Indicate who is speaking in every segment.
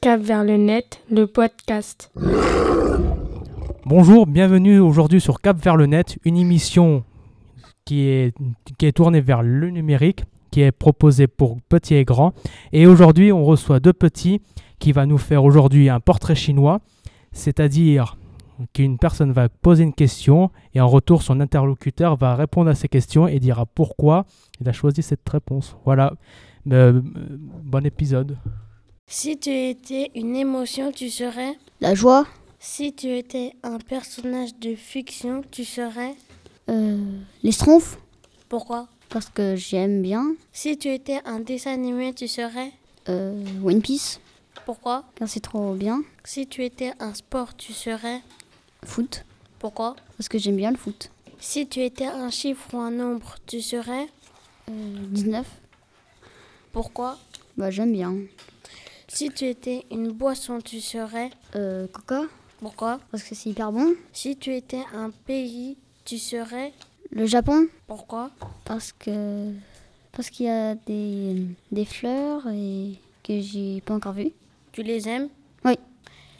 Speaker 1: Cap vers le net, le podcast.
Speaker 2: Bonjour, bienvenue aujourd'hui sur Cap vers le net, une émission qui est, qui est tournée vers le numérique, qui est proposée pour petits et grands. Et aujourd'hui, on reçoit deux petits qui va nous faire aujourd'hui un portrait chinois, c'est-à-dire qu'une personne va poser une question et en retour, son interlocuteur va répondre à ces questions et dira pourquoi il a choisi cette réponse. Voilà, Euh, bon épisode.
Speaker 1: Si tu étais une émotion, tu serais.
Speaker 3: La joie
Speaker 1: Si tu étais un personnage de fiction, tu serais.
Speaker 3: euh, Les schtroumpfs
Speaker 1: Pourquoi
Speaker 3: Parce que j'aime bien.
Speaker 1: Si tu étais un dessin animé, tu serais.
Speaker 3: euh, One Piece
Speaker 1: Pourquoi
Speaker 3: Car c'est trop bien.
Speaker 1: Si tu étais un sport, tu serais.
Speaker 3: Foot
Speaker 1: Pourquoi
Speaker 3: Parce que j'aime bien le foot.
Speaker 1: Si tu étais un chiffre ou un nombre, tu serais.
Speaker 3: Euh, 19
Speaker 1: Pourquoi
Speaker 3: Bah j'aime bien.
Speaker 1: Si tu étais une boisson, tu serais.
Speaker 3: Euh, Coca
Speaker 1: Pourquoi
Speaker 3: Parce que c'est hyper bon.
Speaker 1: Si tu étais un pays, tu serais.
Speaker 3: Le Japon
Speaker 1: Pourquoi
Speaker 3: Parce que... Parce qu'il y a des, des fleurs et que j'ai pas encore vu.
Speaker 1: Tu les aimes
Speaker 3: Oui.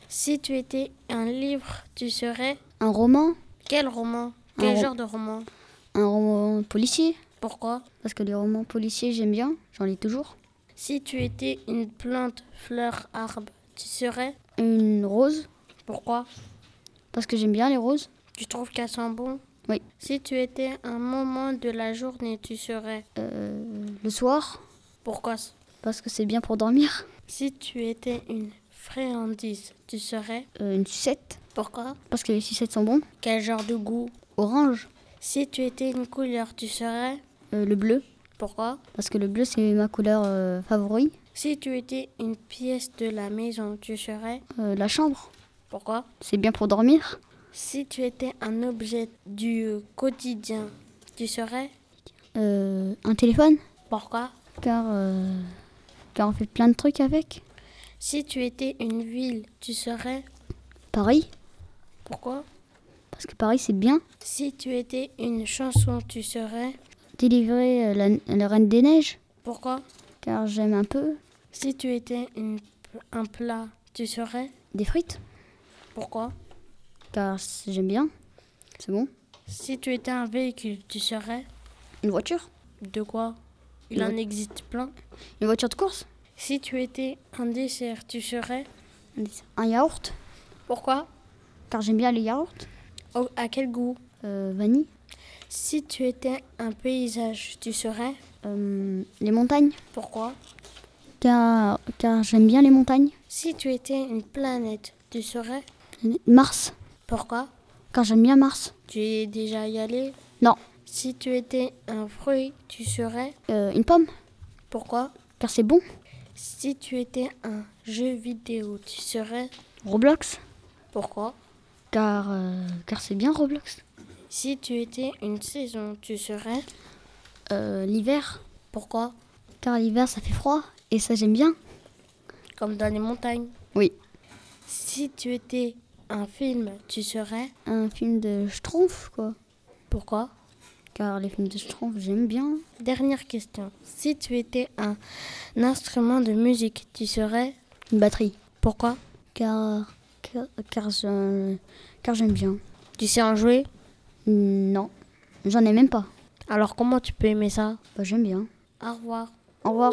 Speaker 1: Si tu étais un livre, tu serais.
Speaker 3: Un roman
Speaker 1: Quel roman Quel
Speaker 3: ro-
Speaker 1: genre de roman
Speaker 3: Un roman policier
Speaker 1: Pourquoi
Speaker 3: Parce que les romans policiers j'aime bien. J'en lis toujours.
Speaker 1: Si tu étais une plante, fleur, arbre, tu serais.
Speaker 3: Une rose
Speaker 1: Pourquoi
Speaker 3: Parce que j'aime bien les roses.
Speaker 1: Tu trouves qu'elles sont bon
Speaker 3: Oui.
Speaker 1: Si tu étais un moment de la journée, tu serais.
Speaker 3: Euh, le soir
Speaker 1: Pourquoi s-
Speaker 3: Parce que c'est bien pour dormir.
Speaker 1: Si tu étais une friandise, tu serais.
Speaker 3: Euh, une sucette
Speaker 1: Pourquoi
Speaker 3: Parce que les sucettes sont bons.
Speaker 1: Quel genre de goût
Speaker 3: Orange,
Speaker 1: Si tu étais une couleur, tu serais.
Speaker 3: euh, le bleu,
Speaker 1: Pourquoi
Speaker 3: parce que le bleu c'est ma couleur euh, favorite.
Speaker 1: Si tu étais une pièce de la maison, tu serais.
Speaker 3: Euh, la chambre,
Speaker 1: Pourquoi
Speaker 3: c'est bien pour dormir.
Speaker 1: Si tu étais un objet du quotidien, tu serais.
Speaker 3: Euh, un téléphone,
Speaker 1: Pourquoi
Speaker 3: car, euh, car on fait plein de trucs avec.
Speaker 1: Si tu étais une ville, tu serais.
Speaker 3: Paris,
Speaker 1: Pourquoi
Speaker 3: parce que Paris c'est bien.
Speaker 1: Si tu étais une chanson, tu serais.
Speaker 3: Délivrer euh, la, la Reine des Neiges,
Speaker 1: Pourquoi
Speaker 3: car j'aime un peu
Speaker 1: Si tu étais une, un plat, tu serais.
Speaker 3: des frites,
Speaker 1: Pourquoi
Speaker 3: car c'est- j'aime bien. C'est bon.
Speaker 1: Si tu étais un véhicule, tu serais.
Speaker 3: Une voiture,
Speaker 1: De quoi Il en
Speaker 3: Non.
Speaker 1: existe plein.
Speaker 3: une voiture de course,
Speaker 1: Si tu étais un dessert, tu serais.
Speaker 3: un dessert. un yaourt,
Speaker 1: Pourquoi
Speaker 3: car j'aime bien les yaourts.
Speaker 1: Au- À quel goût
Speaker 3: Euh, vanille,
Speaker 1: Si tu étais un paysage, tu serais.
Speaker 3: euh, les montagnes,
Speaker 1: Pourquoi
Speaker 3: car, car j'aime bien les montagnes.
Speaker 1: Si tu étais une planète, tu serais.
Speaker 3: Mars,
Speaker 1: Pourquoi
Speaker 3: car j'aime bien Mars.
Speaker 1: Tu es déjà y allé
Speaker 3: Non,
Speaker 1: Si tu étais un fruit, tu serais.
Speaker 3: euh, une pomme,
Speaker 1: Pourquoi
Speaker 3: car c'est bon.
Speaker 1: Si tu étais un jeu vidéo, tu serais.
Speaker 3: Roblox,
Speaker 1: Pourquoi
Speaker 3: car, euh, car c'est bien Roblox.
Speaker 1: Si tu étais une saison, tu serais.
Speaker 3: Euh, l'hiver,
Speaker 1: Pourquoi
Speaker 3: car l'hiver ça fait froid, et ça j'aime bien.
Speaker 1: Comme dans les montagnes.
Speaker 3: Oui.
Speaker 1: Si tu étais un film, tu serais.
Speaker 3: Un film de Schtroumpf, quoi.
Speaker 1: Pourquoi
Speaker 3: Car les films de Schtroumpf, j'aime bien.
Speaker 1: Dernière question. Si tu étais un instrument de musique, tu serais.
Speaker 3: Une batterie,
Speaker 1: Pourquoi
Speaker 3: car, car, car, je- car j'aime bien.
Speaker 1: Tu sais en jouer
Speaker 3: Non, j'en ai même pas.
Speaker 1: Alors comment tu peux aimer ça
Speaker 3: Bah, j'aime bien.
Speaker 1: Au revoir.
Speaker 3: Au revoir.